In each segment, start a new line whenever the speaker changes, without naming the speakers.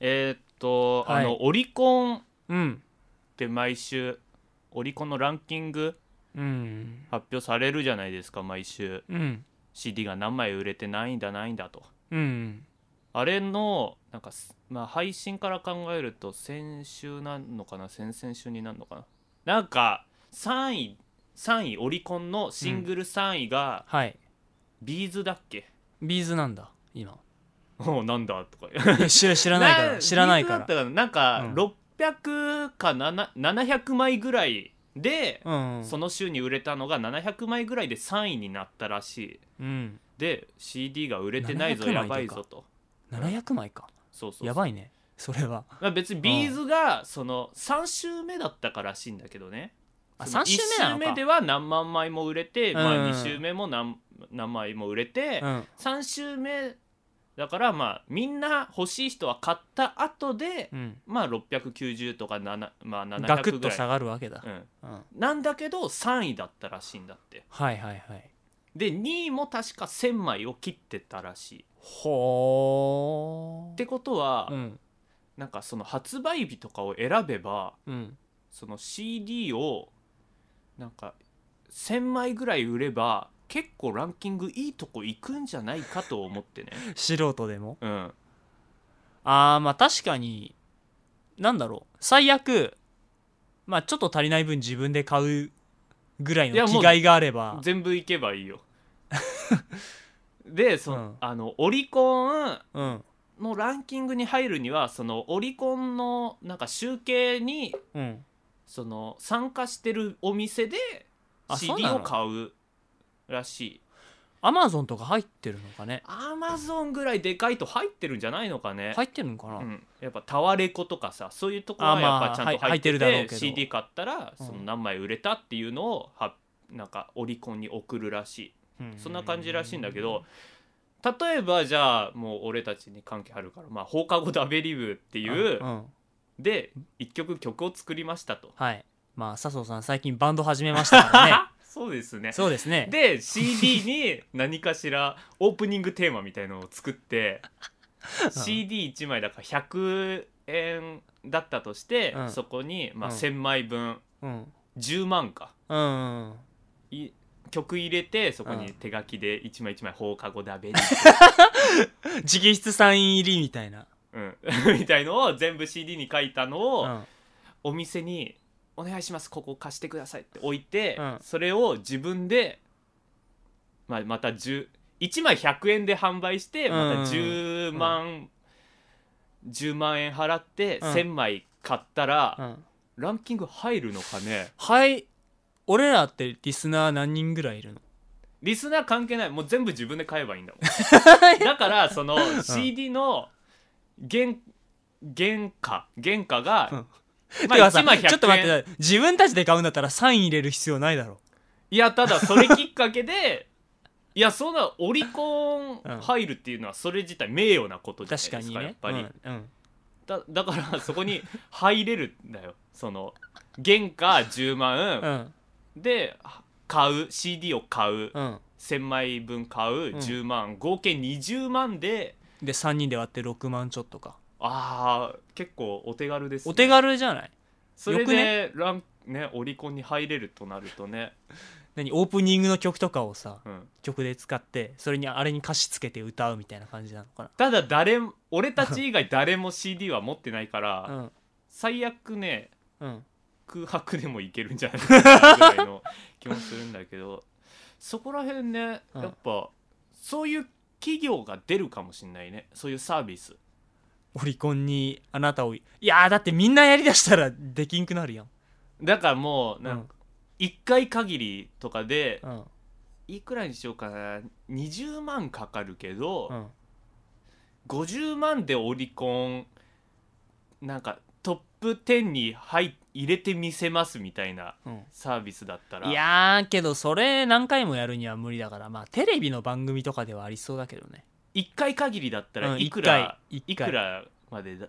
えーっと、
はい
あのオリコンっ
うん
て毎週オリコンのランキング
うん
発表されるじゃないですか毎週
うん
CD が何枚売れてないんだないんだと
うん
あれのなんかす、まあ、配信から考えると先週なのかな先々週になるのかななんか3位3位オリコンのシングル3位が、
はい
ビーズだっけ
ビーズなんだ 今
おうなんだとか
いや知ら知らないから知らないか
ビー
ら
ズだったなんか
うん
600か7 700枚ぐらいで、
うんうん
その週に売れたのが700枚ぐらいで3位になったらしい
うん
で CD が売れてないぞ
700枚
やばいぞと
700枚か
そうそうそう
やばいねそれは
まあ、別にビーズがその3週目だったからしいんだけどね
あ
その
3週目なの
一
か
では何万枚も売れて、まあ、
うん
2週目も何何枚も売れて、
うん
3週目だからまあみんな欲しい人は買った後で、
うん
まあ690とか7、まあ、700ぐらい
ガクッと下がるわけだ
うん、
うんはい
なんだけど3位だったらしいんだって
はいはい
で2位も確か1000枚を切ってたらしいっ
ほー
てことは、
うん
なんかその発売日とかを選べば
うん
その CD をなんか1,000枚ぐらい売れば結構ランキングいいとこ行くんじゃないかと思 ってね
素人でも
うん
あーまあ確かになんだろう最悪まあちょっと足りない分自分で買うぐらい
いや
の
も
気
う
概があれば
全部行けばいい よでそ、
うん
あのオリコン
うん
のランキングに入るにはそのオリコンのなんか集計に
うん
その参加してるお店で
あそう
CD
なの
を買うらしい
アマゾンとか入ってるのかね
アマゾンぐらいでかいと入ってるんじゃないのかね
入ってるのかな、
うん、やっぱタワレコとかさそういうところ
あ
は
ま
や
あ
っぱちゃんと入ってて,、
はい入ってるだろうけど
CD 買ったら
うん
その何枚売れたっていうのをはなんかオリコンに送るらしいそんな感じらしいんだけど例えばじゃあもう俺たちに関係あるから、まあ、放課後ダベリブって
う
い
ん
う
うん
で1曲曲を作りましたと。
はいまあ笹生さん最近バンド始めましたから
あ そうですね
ねそうですね
で CD に何かしらオープニングテーマみたいのを作って
うん
CD1 枚だから100円だったとして、
うん
そこに、まあ、
うん
1,000枚分
うん
10万か
うんうん
い曲入れてそこ
う
に
ん
手書きで1枚1枚放課後だべ り、
直筆サイン入りみたいな、
うん、 みたいのを全部 CD に書いたのを、
うん
お店に「お願いしますここ貸してください」って置いて、
うん
それを自分で、まあ、また1 1枚100円で販売して
うん
また10万、10万円払って
うん
1000枚買ったら、
うん、
ランキング入るのかね
はい俺らってリスナー何人ぐらいいるの
リスナー関係ないもう全部自分で買えばいいんだも んだからその CD の原原価原価が、
うん
まあ、
てかさ
1枚100円
ちょっと待って自分たちで買うんだったらサイン入れる必要ないだろ
いやただそれきっかけ でいやそんなオリコ
うん
ン入るっていうのはそれ自体名誉なことじゃない
確
で
か
す
に
かやっ
ね
ぱり、
うんうん
だだからそこに入れるんだよその原価10
う
万
ん
で買う CD を買う
うん
1000枚分買う10万合計20万で
で3人で割って6万ちょっとか
ああ結構お手軽です、ね、
お手軽じゃない
それ
よくね
でランねオリコンに入れるとなるとね、
何オープニングの曲とかをさ
うん、
曲で使ってそれにあれに歌詞つけて歌うみたいな感じなのか
ただ誰も俺たち以外誰も CD は持ってないから、
なうん
最悪ね
うん
空白でもいけるんじゃないかなぐらいの気もするんだけどそこら辺ね
うん
やっぱ、そういう企業が出るかもしんないねそういうサービス
オリコンにあなたをいやーだってみんなやりだしたらできんくなるやん
だからもう
う
なん
ん
か1回限りとかで
うん
いくらにしようかな20万かかるけど、
うん
50万でオリコンなんかトップ10に入入れてみせますみたいな
うん
サービスだったら
いやーけどそれ何回もやるには無理だからまあテレビの番組とかではありそうだけどね
1回限りだったら
うん
いくら、
一
い
回一回
くらまでだ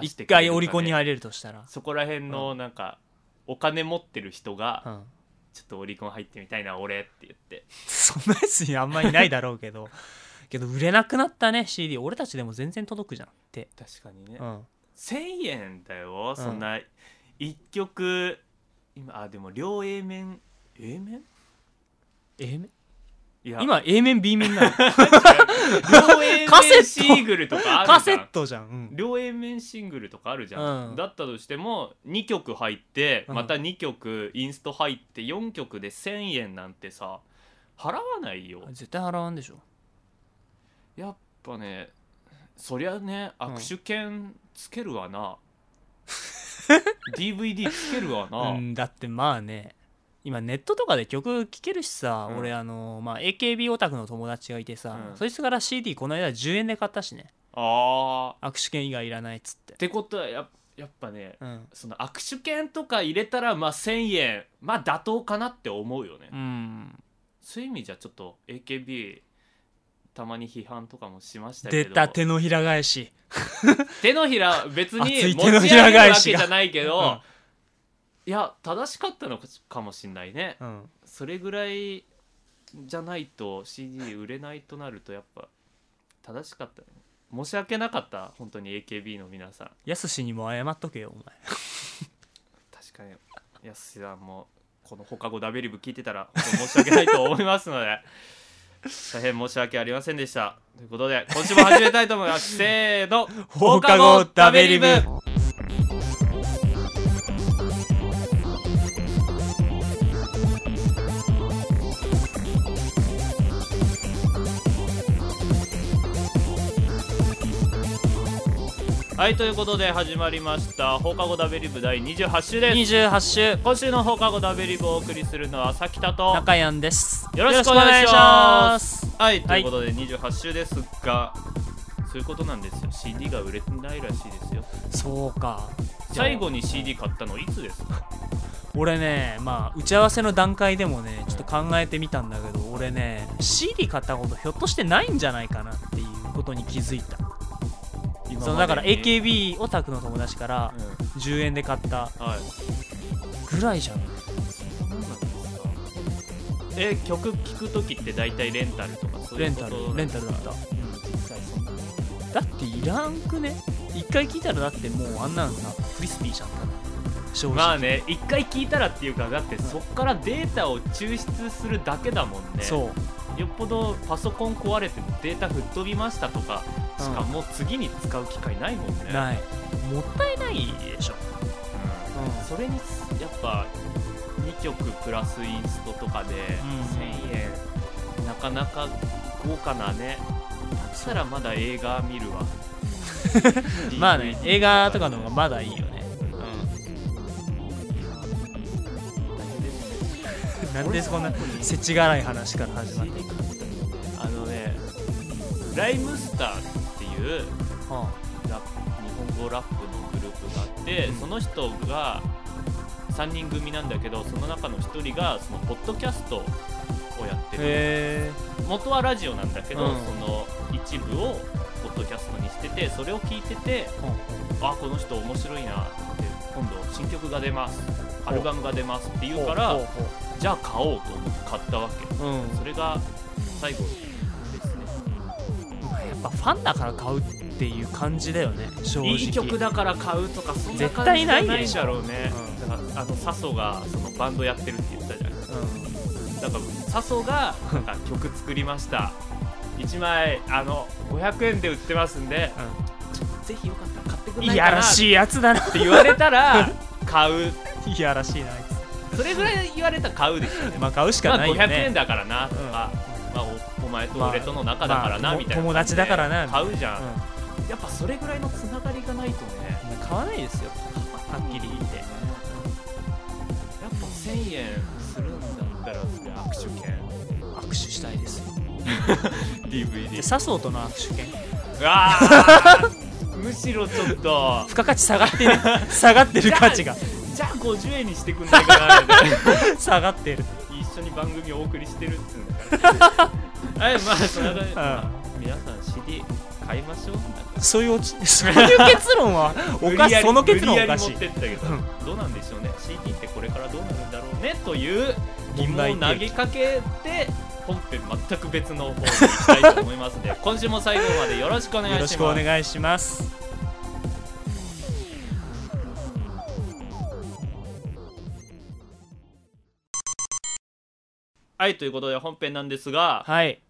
出してくれる
一
かね
回オリコンに入れるとしたら
そこら辺のなんか、お金持ってる人が、
うん
ちょっとオリコン入ってみたいな俺って言って
そんなやつにあんまりないだろうけど けど売れなくなったね CD 俺たちでも全然届くじゃんって、
確かにね、
うん、
1000円だよそんな1曲今あでも両 A 面 A 面
A 面
いや
今 A 面 B 面なの
両 A
カ
面
セット
シングルとかあるじゃん
カセットじゃん、うん
両 A 面シングルとかあるじゃん、
うん
だったとしても2曲入って
うん
また2曲インスト入って4曲で1,000円なんてさ払わないよ
絶対払わんでしょ
やっぱねそりゃね
ん
握手券つけるわ な、DVD つけるわな、
うん、だってまあね今ネットとかで曲聴けるしさ、
うん
俺あの、まあ、AKB オタクの友達がいてさ、
うん
そいつから CD この間10円で買ったしね
あーっ
握手券以外いらないっつって、
てことはややっぱね
うん
その握手券とか入れたらまあ1,000円まあ妥当かなって思うよね、
うん、
そういう意味じゃちょっと AKB たまに批判とかもしましたけ
出
ど
た手のひら返し
手のひら別
熱
に
い
持
手の
ち
ひ
上
ら
げる
返
わけ
し
じ
が
ゃないけど、
うん
いや正しかったのかもしんないね
うん
それぐらいじゃないと CD 売れないとなるとやっぱ正しかったね申し訳なかった本当に AKB の皆さん
やすしにも謝っとけよお前
確かにやすしさんもこの放課後ダベリブ聞いてたら本当に申し訳ないと思いますので大変申し訳ありませんでしたということで今週も始めたいと思います せーの
放課後ダベリブ
はいということで始まりました放課後ダベリブ第28週です
28週
今週の放課後ダベリブをお送りするのはさきたと
中やんです
よろしくお願いしま
よろしくお願いします
はいということで28週ですがそういうことなんですよ CD が売れてないらしいですよ
すそうか
最後に CD 買ったのいつですか
俺ねまあ打ち合わせの段階でもねちょっと考えてみたんだけど俺ね CD 買ったことひょっとしてないんじゃないかなっていうことに気づいたそのだから AKB オタクの友達から
うん
10円で買った
はい
ぐらいじゃん
そうなんですかえ曲聴く時って大体レンタルとかそうい
レ
う
ン
こ
タ
と
ルレンタルだった
うん実際そんな
だっていらんくね一回聞いたらだってもうあんなんさフリスピーじゃんか正直、
まあね一回聴いたらっていうかだってそっからデータを抽出するだけだもんね
そう
よっぽどパソコン壊れてデータ吹っ飛びましたとかしかもう次に使う機会ないもんね、
ないもったいないでしょ、
それにすやっぱ2曲プラスインストとかで1000円、なかなか豪華なねだったらまだ映画見るわ
まあね
DVD
映画とかの方がまだいいよね なんでこんなせちがらい話から始まって、
あのねライムスターっていう
は
ラップ日本語ラップのグループがあって、その人が3人組なんだけどその中の1人がそのポッドキャストをやってる
へ
元はラジオなんだけど、
うん
その一部をポッドキャストにしててそれを聞いてて
え、
あこの人面白いなって今度新曲が出ますアルバムが出ますって言うからじゃあ買おうと思って買ったわけ
うん、
それが最後ですね
やっぱファンだから買うっていう感じだよね正直
いい曲だから買うとかそんな
絶
感じ
対
じゃ
ないよ
ないだろうね、
うん
だからあの笹生がそのバンドやってるって言ったじゃん
う
だから笹生がなんか曲作りました1枚あの500円で売ってますんで ぜひよかったら買ってく
ん
れ
い
ない
や
からなっ
しいやつだな
て言われたら買う
いやらしいなあい
それぐらい言われたら買うでしょうね
つまあ買うし
ま
か
あ
ないよね、
500円だからなと
うん
か、まあ、おお前と俺との仲だから
まあ
なみたいな
友
感じで
友達だからな
買うじゃん、
うん
やっぱそれぐらいのつながりがないとね
買わないですよはっきり言って
やっぱ1000円するんだったらそれ握手券
握手したいですよ
DVD
で笹生との握手券
うわ ーむしろちょっと
付加価値下がってね下がってる価値が
じゃあ50円にしてくんないかな
下がってる
一緒に番組をお送りしてるっつうんだから はいまあそれで、まあ皆さん CD 買いましょう
そういうオチそういう結論はお
無
か
理
し
や
い
り
その結論
無
は
理や
おか
り
し
持
い
ってったけど、どうなんでしょうね CD ってこれからどうなるんだろうねという疑
問題
問を投
提
げ
起
かけて本編全く別の方に行きたいと思いますの で今週も最後までよろしくお願い
よろし
し
くお
ます
願いします
はいということで本編なんですが、
はい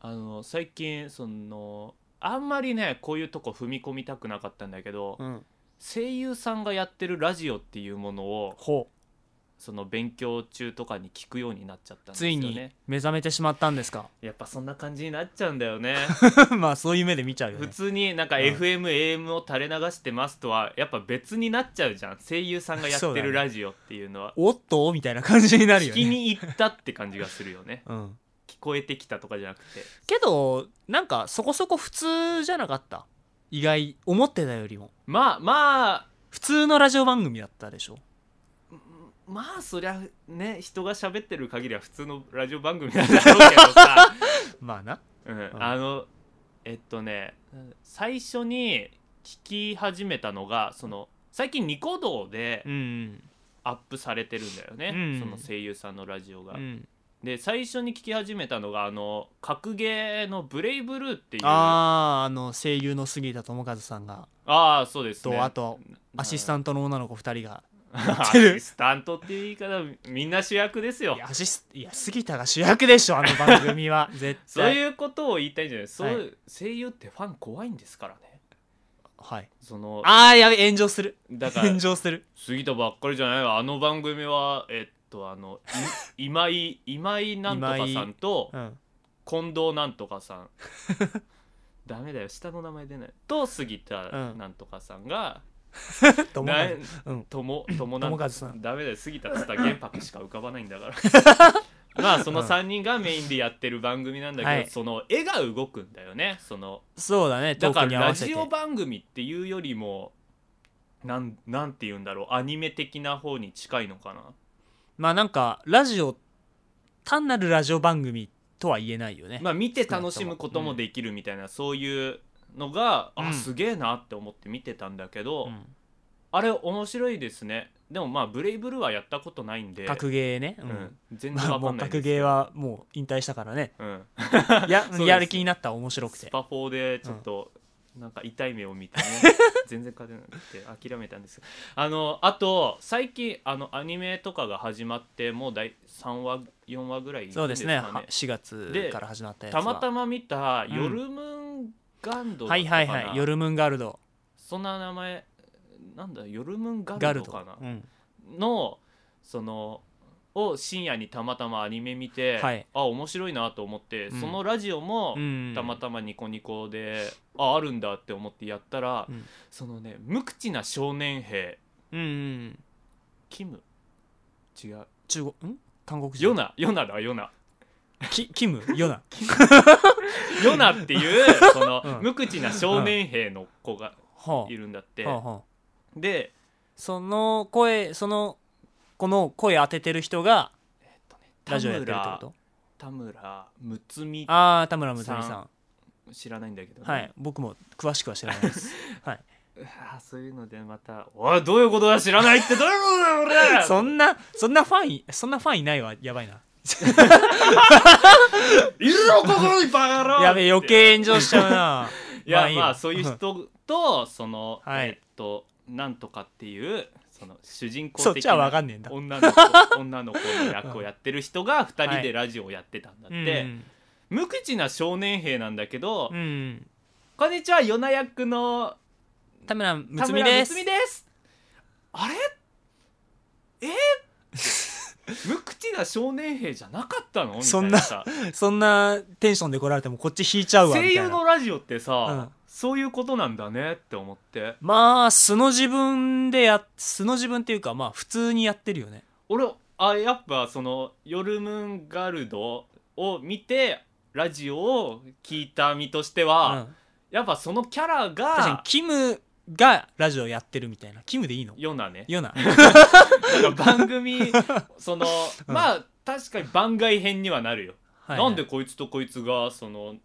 あの最近そのあんまりねこういうとこ踏み込みたくなかったんだけど、
うん
声優さんがやってるラジオっていうものを
ほう
その勉強中とかに聞くようになっちゃったんです
つ
よね
いに目覚めてしまったんですか
やっぱそんな感じになっちゃうんだよね
まあそういう目で見ちゃうよ
普
ね
通になんか
うん
FMAM を垂れ流してますとはやっぱ別になっちゃうじゃん声優さんがやって
そうだね
るラジオっていうのは、
おっとみたいな感じになる
聞
よ
き
ね、
に行ったって感じがするよね
うん、
聞こえてきたとかじゃなくて
けどなんかそこそこ普通じゃなかった意外思ってたよりも
まあまあ
普通のラジオ番組だったでしょ
まあそりゃね人が喋ってる限りは普通のラジオ番組なんだろうけどさ、
まあな
うん、
ん
あのえっとね最初に聞き始めたのがその最近ニコ動で
うん
アップされてるんだよね、
うん
その声優さんのラジオが。
うん
で最初に聞き始めたのがあの格ゲーの「ブレイブルー」っていう
あああの声優の杉田智和さんが
あーそうですね
とあとアシスタ
ン
ントの女の子2人が
ト
てる
アシスタントっていう言い方みんな主役ですよ
いやアシスいや杉田が主役でしょあの番組は 絶対
そういうことを言いたいんじゃないそういう、
は
声優ってファン怖いんですからね
はい、
その
ああやべ炎上する
だから
炎上する
杉田ばっかりじゃないわあの番組はえっとあの い今井今井なんとかさんと
うん
近藤なんとか さんダメだよ下の名前出ないと杉田なんとかさんが、
とも
な
うん
と もともな
友和さん
ダメだよ過ぎたっつったら原白しか浮かばないんだから まあその3人がメインでやってる番組なんだけど、
はい
その絵が動くんだよねその
そうだね
だか
トークに
ら
合
ラ
わせて
ジオ番組っていうよりもなんなんて言うんだろうアニメ的な方に近いのかな
まあなんかラジオ単なるラジオ番組とは言えないよね、
まあ見て楽しむこともできるみたいな、そういうのが、
う
あ
ん
すげえなって思って見てたんだけど、
うん
あれ面白いですねでもまあ「ブレイブルー」はやったことないんで
格ゲーね、う
うんん、全然
まあ
わ
も
か
うん
ない
格
です
ゲーはもう引退したからね
うん、
や
そうです
やる気になった面白く
ス
て
パ4でちょっと、なんか痛い目を見 てね全然勝てなくて諦めたんですがあのあと最近あのアニメとかが始まってもう第3話4話ぐらい
そうですね
か
は4月から始まったやつ
た
は
またま見た「
ん
ヨルムンガンド」
はいはいはいヨルムンガルド
そんな名前なんだヨルムンガ
ガ
ル
ル
ド
ド
かな
うん
のそのを深夜にたまたまアニメ見て、
はい
あ面白いなと思って、
うん
そのラジオも、
うん
たまたまニコニコでああるんだって思ってやったら、
うん
そのね無口な少年兵
うんうん
キム違う
中国ん韓国人
ヨナヨナだヨ ナ
キキム ヨナ
ヨナって いうその、
うん
無口な少年兵の子が
はい
るんだって、
あはあはあ
で、
その声そのこの声当ててる人が
えっとね、田
ラジオやってるってこ
村
と
田村睦美
ああ田村睦美さ
さ
ん
知らないんだけどね、
はい僕も詳しくは知らないです
うわそういうのでまた「おいどういうことだ知らないってどういうことだ俺
そんなそんなファンいそんなファンいないわやばいない
るよ心にバカ野郎!」
やべ余計炎上しちゃうな
いやまあ
わ
そういう人とその、
はい
えっとなんとかっていうその主人
そ
公
っ
的
ちは分か
なん
ねえんだ
女の子女の子の役をやってる人が2人
は
で
い
ラジオをやってたんだっ
う
て、
ん
無口な少年兵なんだけど「
うん
こんにちはヨナ役の
田村睦
田
美
村
で
睦
す
美です」あれえ ー無口な少年兵じゃなかったのみたいな
そんな
さ
そんなテンションで来られてもこっち引いちゃうわみた
声
いな
優のラジオってさ、
うん
そういうことなんだねって思って
まあ素の自分でや素の自分っていうかまあ普通にやってるよね
俺あやっぱその「ヨルムンガルド」を見てラジオを聞いた身としては、
うん
やっぱそのキャラ
確かに
が
キムがラジオやってるみたいなキムでいいの
よなね
ヨナ
なんか番組その、
うん
まあ確かに番外編にはなるよ、なんで
か
こいつとこいつがその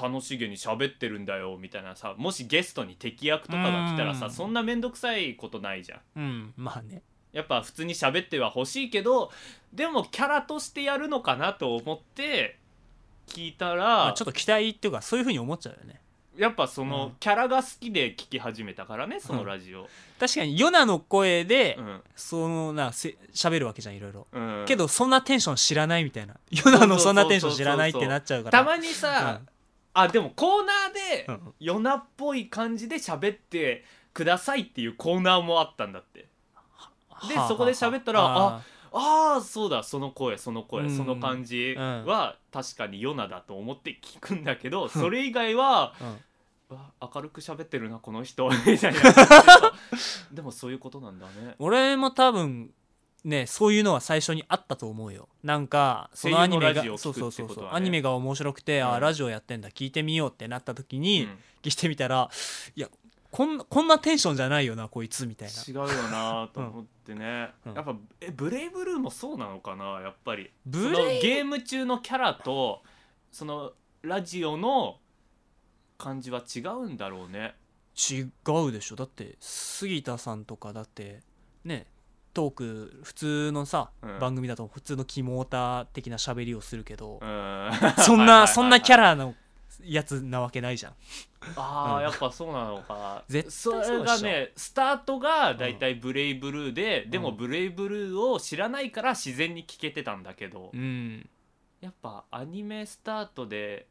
楽しげに喋ってるんだよみたいなさもしゲストに敵役とかが来たらさ
うん
そんな面倒くさいことないじゃん
うんまあね
やっぱ普通に喋っては欲しいけどでもキャラとしてやるのかなと思って聞いた
ま
ら
あちょっと期待っていうかそういうふうに思っちゃうよね
やっぱその、
うん
キャラが好きで聞き始めたからねそのラジオ、
確かにヨナの声で、
うん
そのなせ喋るわけじゃんいろいろ
うん
けどそんなテンション知らないみたいなヨナのそんなテンション知らないってなっちゃうから
たまにさ、あでもコーナーで、
うんうん
夜なっぽい感じで喋ってくださいっていうコーナーもあったんだってで
はあ
そこで喋ったら
はあ
あああそうだその声その声、
うん
その感じは確かにヨナだと思って聞くんだけど、それ以外 は
うん
わ明るく喋ってるなこの人みたいな でもそういうことなんだね
俺も多分ねそういうのは最初にあったと思うよなんかその
声優
アニ
の
メ
ラ
が
ジオを
そう
聞
そ
く
う
って
そ
ことはね
うそうアニメが面白くて、あ
う
あ
ん
ラジオやってんだ聞いてみようってなった時に、
うん
聞いてみたらいやこんこんなテンションじゃないよなこいつみたいな
違うよなと思ってね、
うん
やっぱえブレイブルーもそうなのかなやっぱり
ブ
その
レイ
ゲーム中のキャラとそのラジオの感じは違うんだろうね
違うでしょだって杉田さんとかだってねトーク普通のさ、
うん
番組だと普通のキモーター的な喋りをするけど
う、ん
そんなそんなキャ
ラ
ラのやつなわけないじゃん
あ
う
あ
ん
やっぱそうなのか
絶対そうでしょ
れがねスタートがだいたいブレイブルーで、でも
うん
ブレイブルーを知らないから自然に聞けてたんだけど、
うん
やっぱアニメスタートで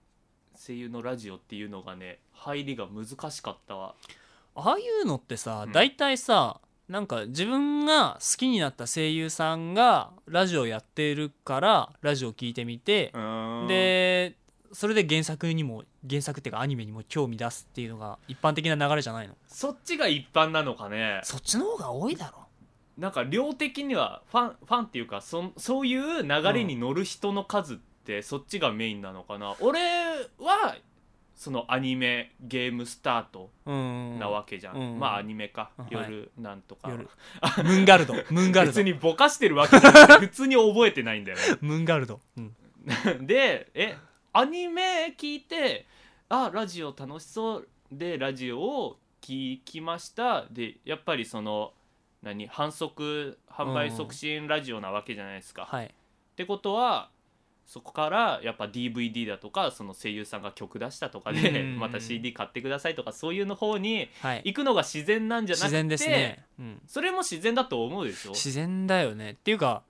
声優のラジオっていうのがね入りが難しかったわ
ああいうのってさ
うん
大体さ、なんか自分が好きになった声優さんがラジオやってるからラジオ聞いてみて、でそれで原作にも原作っていうかアニメにも興味出すっていうのが一般的な流れじゃないの
そっちが一般なのかね
そっちの方が多いだろ
なんか量的にはファンファンっていうかそそういう流れに乗る人の数ってそっちがメインなのかな、俺はそのアニメゲームスタート
うん
なわけじゃん、
うん
まあアニメか、
うん
夜なんとか、
夜ムーンガルド ムーンガルド
別にぼかしてるわけじゃない普通に覚えてないんだよね
ムーンガルド、うん、
でえアニメ聞いてあラジオ楽しそうでラジオを聞きましたでやっぱりその何反則販売促進ラジオなわけじゃないですか。っ
はい
てことはそこからやっぱ DVD だとかその声優さんが曲出したとかで
うん
また CD 買ってくださいとかそういうの方に
はい
行くのが自然なんじゃなくて
自然ですね、うん、
それも自然だと思うでしょ
自然だよねっていうか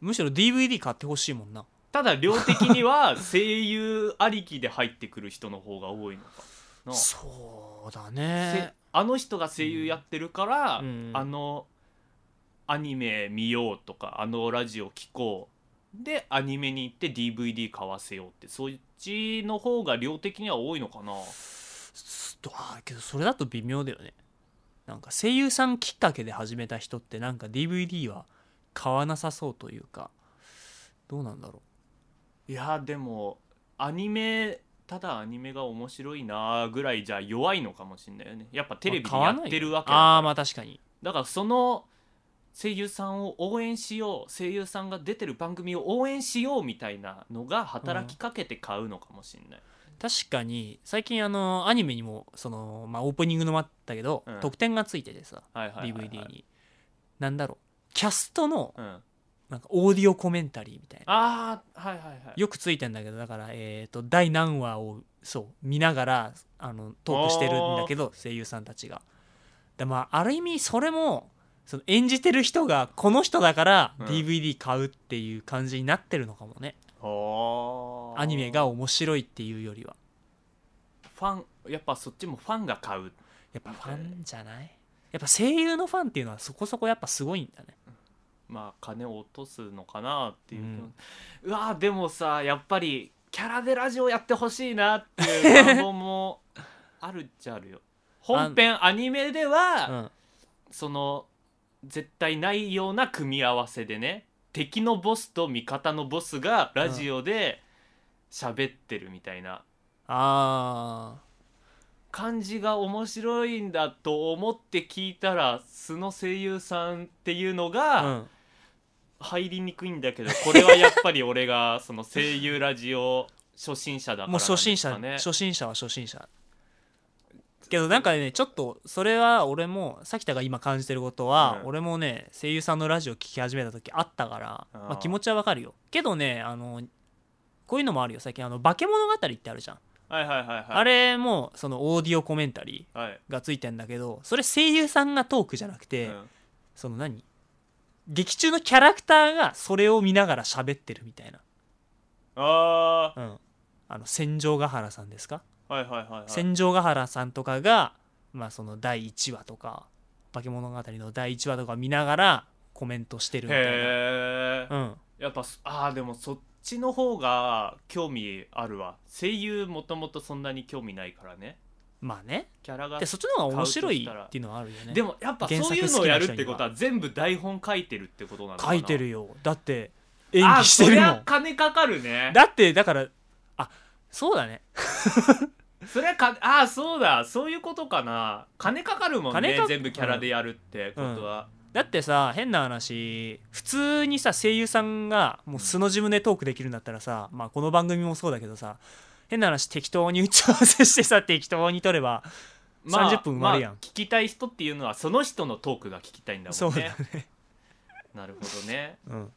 むしろ DVD 買ってほしいもんな
ただ量的には声優ありきで入ってくる人の方が多いのかな
そうだ
せ
ね
あの人が声優やってるから、
うん
あのアニメ見ようとかあのラジオ聞こうでアニメに行って DVD 買わせようってそっちの方が量的には多いのかな
すあーけどそれだと微妙だよねなんか声優さんきっかけで始めた人ってなんか DVD は買わなさそうというかどうなんだろ
いやでもアニメただアニメが面白いなぐらいじゃ弱いのかもしれないよねやっぱ
う
テレビ
ま
で
あ買
や
わない
ってるわけだから
ああーまあ確かに
だからその声優さんを応援しよう声優さんが出てる番組を応援しようみたいなのが働きかけて買うのかもしれない、
確かに最近あのアニメにもその、まあ、オープニングのもあったけど、
うん
特典がついててさ
はいはいはいはい
DVD になんだろうキャストの
うん、あ
なんかオーディオコメンタリーみたいな
あーはいはいはい
よくついてんだけどだから、えー、と第何話をそう見ながらあのトークしてるんだけど声優さんたちがでまあある意味それもその演じてる人がこの人だから
うん
DVD 買うっていう感じになってるのかもね、
おー
アニメが面白いっていうよりは
ファンやっぱそっちもファンが買う
やっぱファンじゃないやっぱ声優のファンっていうのはそこそこやっぱすごいんだね
まあ金を落とすのかなっていう、う
うん
わーでもさやっぱりキャラでラジオやってほしいなっていう願望もあるっ ちゃあるよ本編アニメでは、
うん
その絶対ないような組み合わせでね敵のボスと味方のボスがラジオで喋ってるみたいな
あー
感じが面白いんだと思って聞いたら素の声優さんっていうの
う
が
ん
入りにくいんだけど、これはやっぱり俺がその声優ラジオ初心者だから
もう初心者、
なんですかね
初心者は初心者けどなんかねちょっとそれは俺もさきたが今感じてることは、
うん
俺もね声優さんのラジオ聞き始めた時あったから
あー
まあ、気持ちはわかるよけどねあのこういうのもあるよ最近あの化け物語ってあるじゃん、
はいはいはいはい
あれもそのオーディオコメンタリ
はい、
ーがついてんだけどそれ声優さんがトークじゃなくて、
うん
その何劇中のキャラクターがそれを見ながら喋ってるみたいな、
あ
うん、あの戦場ヶ原さんですか
ーはいはいはいはい
戦場ヶ原さんとかが、まあ、その第1話とか「化け物語」の第1話とか見ながらコメントしてるみたい
へえ
な、うん、
やっぱそああでもそっちの方が興味あるわ声優もともとそんなに興味ないからね
まあね
キャラが
でそっちの方が面白いっていうのはあるよね
でもやっぱそういうのをやるってことは全部台本書いてるってことなのかな
書いてるよだって演
あ
技
ー
してるも
そりゃ
ん
金かかるね
だってだからあそうだね
そりゃかああそうだそういうことかな金かかるもん
金
ね
か
全部キャラでやるってことは、
だってさ変な話普通にさ声優さんがもう素の自分でトークできるんだったらさ、まあ、この番組もそうだけどさ変な話適当に打ち合わせしてさ 適当に撮れば30分埋まるやん
聞きたい人っていうのはその人のトークが聞きたいんだ
そ
も
うんだ
ね
ね、
なるほどね
うん、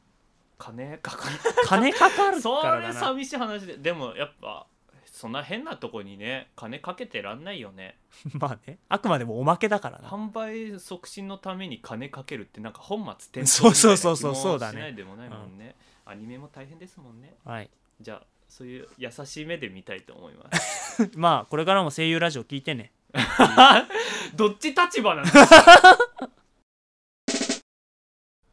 金かかる
金かかるか
そ
ら
れ
だな
寂しい話ででもやっぱそんな変なとこにね金かけてらんないよね
まあねあくまでもおまけだからな
販売促進のために金かけるってなんか本末転
そうそう
倒
そう
みたいな気
そうそ
も
うだ
し
ね
ないでもないもんねアニメも大変ですもんね
はい、
じゃあそういう優しい目で見たいと思います
まあこれからも声優ラジオ聞いてね
どっち立場なんですか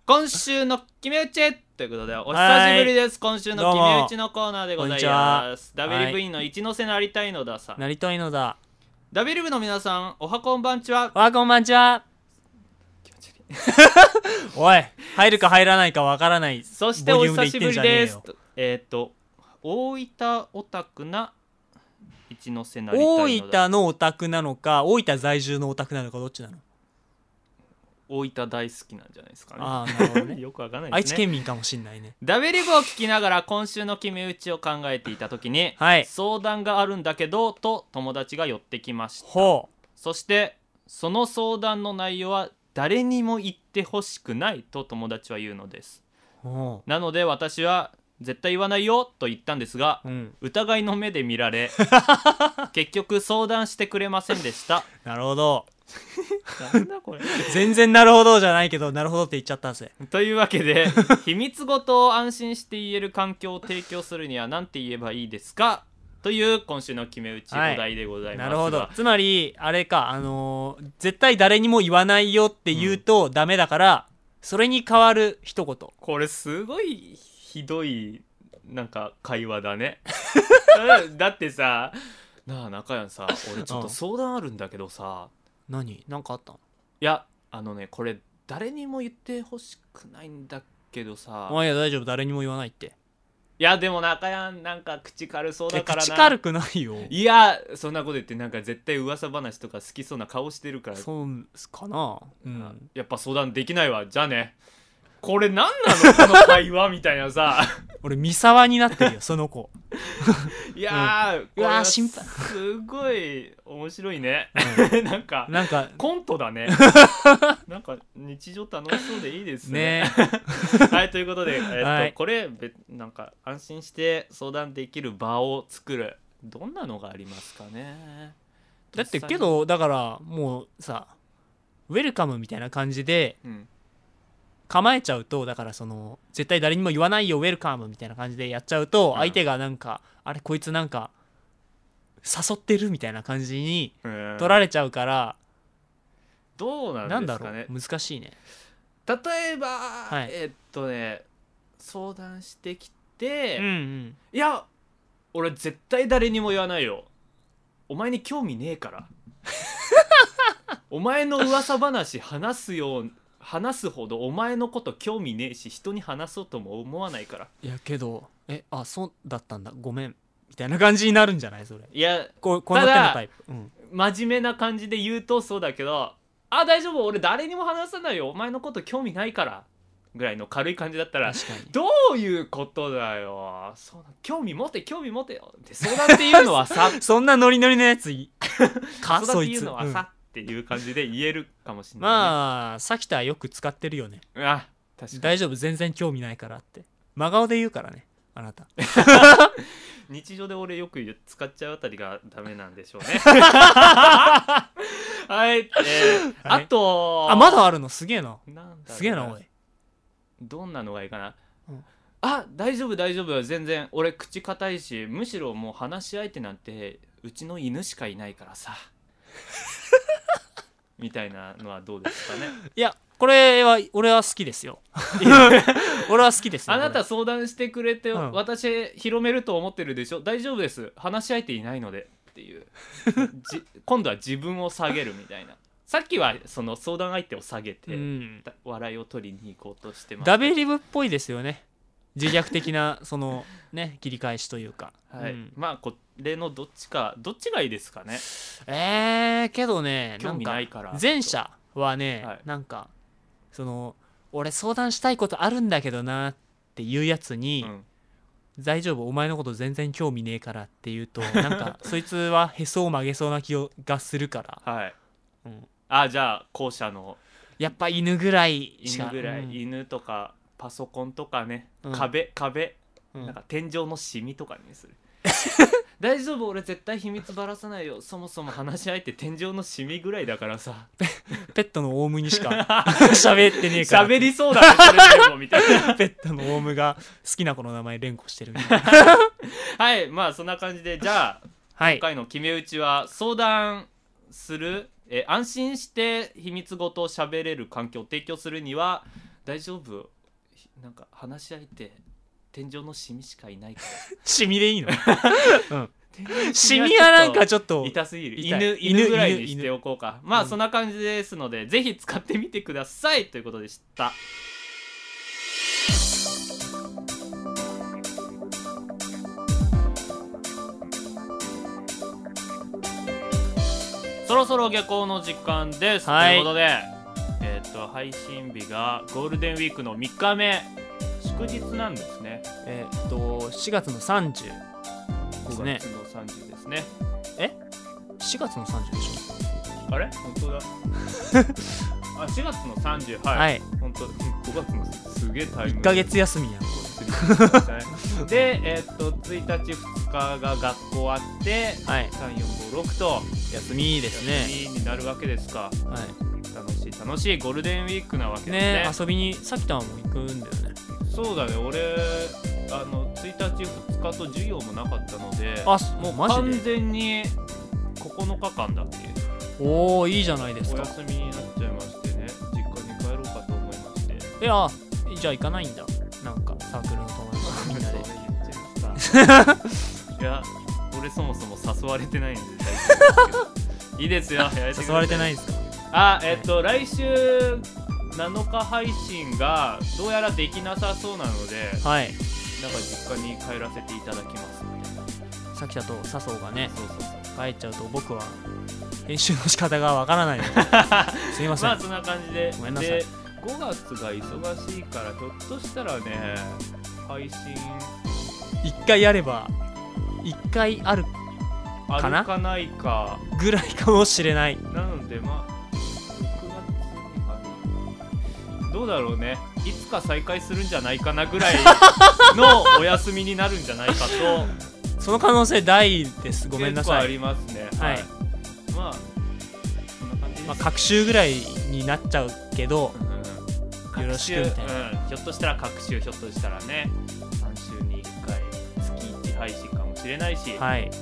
今週の決め打ちということでお久しぶりです今週の決め打ちのコーナーでございます
こんにちは
WV の一ノ瀬なりたいのださん
なりといのだ
ダビルブの皆さん、おはこんばんちは。
わあこんばんちは
気持ち悪い
おい入るか入らないかわからない
そしてお
ボリュームで
久しぶりです。えーっ、と、大分オタクな一ノ瀬成田
大
のだ
分のオタクなのか大分在住のオタクなのかどっちなの
大分大好きなんじゃないですかね。
ああなる ほどね
よくわかんない
愛
です
知
ね。
県民かもしんないね
ダビリブを聞きながら今週の決め打ちを考えていたときに、
はい
相談があるんだけどと友達が寄ってきました。
ほ
そしてその相談の内容は誰にも言ってほしくないと友達は言うのです。
うほ
なので私は絶対言わないよと言ったんですが
ううん
疑いの目で見ら れ結局相談してくれませんでした
なるほど
なんだこれ
全然なるほどじゃないけどなるほどって言っちゃったぜ
というわけで秘密事を安心して言える環境を提供するには何て言えばいいですかという今週の決め打ちお
はい
題でございますが、
なるほどつまりあれかあのー絶対誰にも言わないよって言うとダメだから、それに代わる一言
これすごいひどいなんか会話だ ねだってさなあ中山さ俺ちょっと相談あるんだけどさ、
何なんかあったの
いやあのねこれ誰にも言ってほしくないんだけどさ
まあいや大丈夫誰にも言わないって
いやでも中やんなんか口軽そうだ
え
から
口
な
軽くないよ
いやそんなこと言ってなんか絶対噂話とか好きそうな顔してるから、
そうかなうん
やっぱ相談できないわじゃあねこれ何なのこの会話みたいな さ
俺三沢になってるよその子
いやー、これは
うわー心配
すごい面白いね、 なんか
なんか
コントだ ねなんか日常楽しそうでいいですね
ね
はいということで、えっと
はい
これべなんか安心して相談できる場を作るどんなのがありますかね
だって
と
けどだからもうさウェルカムみたいな感じで
うん
構えちゃうとだからその絶対誰にも言わないよウェルカムみたいな感じでやっちゃうと
うん
相手がなんか、あれこいつなんか誘ってるみたいな感じに
うん
取られちゃうから、
どうな
なん
んで
だ
す
ろ
か
う、
ね
難しいね
例えば、
い
えっとね相談してきて、
うんうん
いや俺絶対誰にも言わないよお前に興味ねえから お前の噂話話すよう話すほどお前のこと興味ねえし人に話そうとも思わないから
いやけどえあそうだったんだごめんみたいな感じになるんじゃないそれ
いや
ここの手の
ただ
タイプ、うん、
真面目な感じで言うとそうだけどあ大丈夫俺誰にも話さないよお前のこと興味ないからぐらいの軽い感じだった ら
確かに
どういうことだよそうな興味持て興味持てよって相談っていうのはさ
そんなノリノリのやつ い
相
か
談
そ
って
い
い
つ
うのはさ、っていう感じで言えるかもし
う
れ
ん
ない、ね、
まあさきたはよく使ってるよね
あ確かに
大丈夫全然興味ないからって真顔で言うからねああなた
日常で俺よく言う使っちゃうあたりがダメなんでしょうね はい、えーあ
はい
と
あまだあるのすげえな
なんだろう
すげえなおい
どんなのがいいかな、
うん
あ大丈夫大丈夫全然俺口固いしむしろもう話し相手なんてうちの犬しかいないから さみたいなのはどうですかね
いやこれは俺は好きで すよ俺は好きですよ
あな
こ
た相談してくれて、
うん
私広めると思ってるでしょ大丈夫です話し相手いないのでっていうじ今度は自分を下げるみたいなさっきはその相談相手を下げて、
れうん
だ笑いを取りに行こうとしてます
ダベリブっぽいですよね自虐 的なそのね切り返しというか、
はい
うん
まあこれのどっちかどっちがいいですかね
えー、けどね
興味
んか
ないから
前者はね、
はい
なんかその俺相談したいことあるんだけどなっていうやつに、
うん
大丈夫お前のこと全然興味ねえからって言うとなんか そいつはへそを曲げそうな気をがするから、
はい
うん
あじゃあ後者の
やっぱ犬ぐらいしか
犬ぐらい、
うん
犬とかパソコンとかね、
うん
壁壁
うん
なんか天井のシミとかにする 大丈夫俺絶対秘密ばらさないよそもそも話し相手天井のシミぐらいだからさ
ペットのオウムにしか 喋ってねえから
喋りそうだねそれでもみたいな
ペットのオウムが好きな子の名前連呼してるみたいな
はいまあそんな感じでじゃあ
はい
今回の決め打ちは相談するえ安心して秘密ごと喋れる環境を提供するには大丈夫ひなんか話し相手天井のシミしかいないから
シミ でいいの、
天井の
シ
はちょっ
ミ
と
はなんかちょっと
痛すぎる
痛い
犬
犬
犬ぐらい
犬
にしておこうかまあ
うん
そんな感じですので、ぜひ使ってみてくださいということでしたそろそろ下校の時間です、
は
と
い
いうことでえっ、と配信日がゴールデンウィークの3日目祝日なんですね
えーっと4月の30
5
ね
月の30ですね
4月の30でしょ
あれ本 当だ。あ、4月の30、はい。
はい、
本当、5月のすげえタイム。
1ヶ月休みやん
はいで、えーっと、1日、2日が学校あって、
はい
3、4、5、6と
休みですね、
休みになるわけですか。
は
楽しい、楽しいゴールデンウィークなわけで
い、ね
すね。
遊びにさきたんも行くんだよね
そうだね、俺、あの、1日、2日と授業もなかったので、
あすもうマ
完
ジで
全に9日間だっけ
おおいいじゃないです
お
か
休みになっちゃいましてね実家に帰ろうかと思いまして
いやじゃあ行かないんだなんかサークルの友達とみ んなで
言っちゃ ったいや俺そもそも誘われてないんで大丈夫です けどいいですよやめくださ
誘われてないんですか
あえっと来週7日配信がどうやらできなさそうなので
はい
なんか実家に帰らせていただきますみたいな
さきたと笹生がね
そうそうそう
帰っちゃうと僕は編集の仕方がわからない のですいません、
まあそんな感じで
ごめんなさい
で5月が忙しいからひょっとしたらね配信
一回やれば一回ある
あ
かな
るかないか
ぐらいかもしれない
なのでまあ6月にどうだろうねいつか再開するんじゃないかなぐらいのお休みになるんじゃないか と
その可能性大ですごめんな
結構
さ
あ
い、
りますね
はい
まあそんな感じです、
まあ、各週ぐらいになっちゃうけど
うんうん各
よろし
週
くみたい
うん、ひょっとしたら各週ひょっとしたらね3週に1回月1配信かもしれないし、
はい
月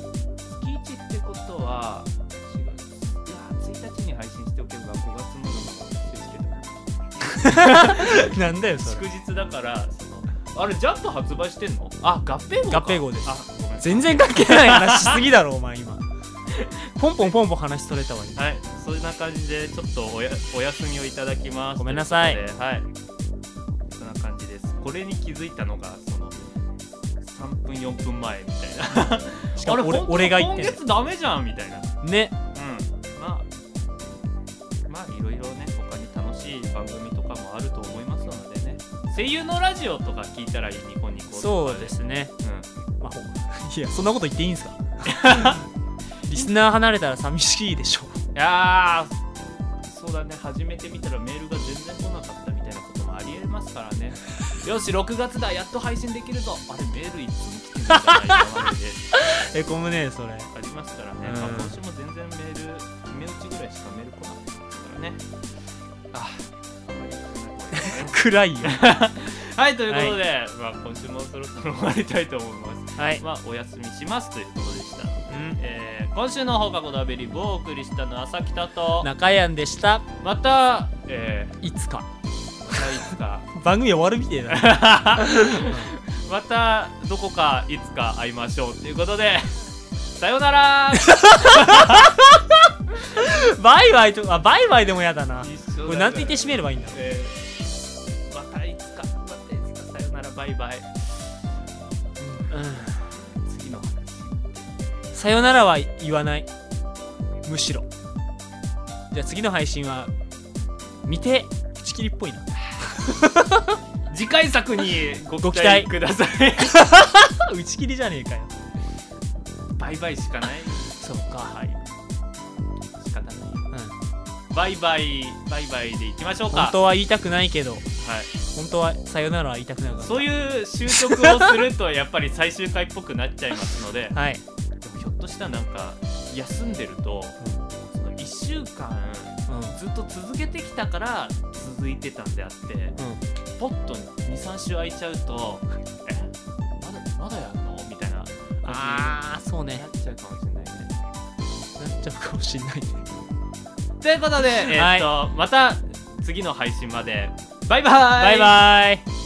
1ってことは4月いや1日に配信しておけば5月のものが発生してた
なんだよそ
祝
れ
日だからそのあれジャンプ発売してんのあ合併号か
合併号です
あごめん
全然関係ない話しすぎだろお前今ポンポンポンポン話それたわ今
はいそんな感じでちょっとおやお休みをいただきます
ごめんなさい
とうことではいそんな感じですこれに気づいたのがその3分4分前みたい な
し
あ
かも俺
れ本当
俺が言ってん
今月ダメじゃんみたいなうん
ね
まあまあいろいろね他に楽しい番組とかもあると思いますのでね声優のラジオとか聞いたらいいニコニコとか
そうですね
うん
まあほいやそんなこと言っていいんです か リスナー離れたら寂しいでしょ
いやーそそうだね始めてみたらメールが全然来なかったみたいなこともありえますから ねよし6月だやっと配信できるぞあれメールいつも来てるんじゃないかなって
へこむねそれ
ありますからね、
うん
まあ、今週も全然メール決め打ちぐらいしかメール来なかったですからねああんまり良くないですね
暗いよ
はいということで、まあ、今週もそろそろ終わりたいと思います
はい、
まあお休みしますということでした、
うん、
えー今週の放課後ダベリブをお送りしたのは朝北と
中やんでした
また、えー
いつか
またいつか
番組終わるみてえだ
またどこかいつか会いましょうということでさようなら
バイバイとかあバイバイでもやだな
一緒だ
これなんて言って締めればいいんだろう
えーまたいつかまたいつかさようならバイバイ次の話
さよならは言わないむしろじゃあ次の配信は見て打ち切りっぽいな
次回作にご
ご
期
期
待
待
ください
あ打ち切りじゃねえかよ
バイバイしかない
そっかはい、
仕方ない
うん、
バイバイバイバイでいきましょうか
本当は言いたくないけど
はい
本当はさよならは言いたくなかった
そういう就職をするとやっぱり最終回っぽくなっちゃいますので
はい
でもひょっとしたらなんか休んでるとその1週間
うん
ずっと続けてきたから続いてたんであって
う
ポッと23週空いちゃうと「えまだまだやんの?」みたいな感
ああそう
じに
ね
なっちゃうかもしれないね。
なっちゃうかもしんないね
ということで、えーっとまた次の配信までバイバイ
バイバイ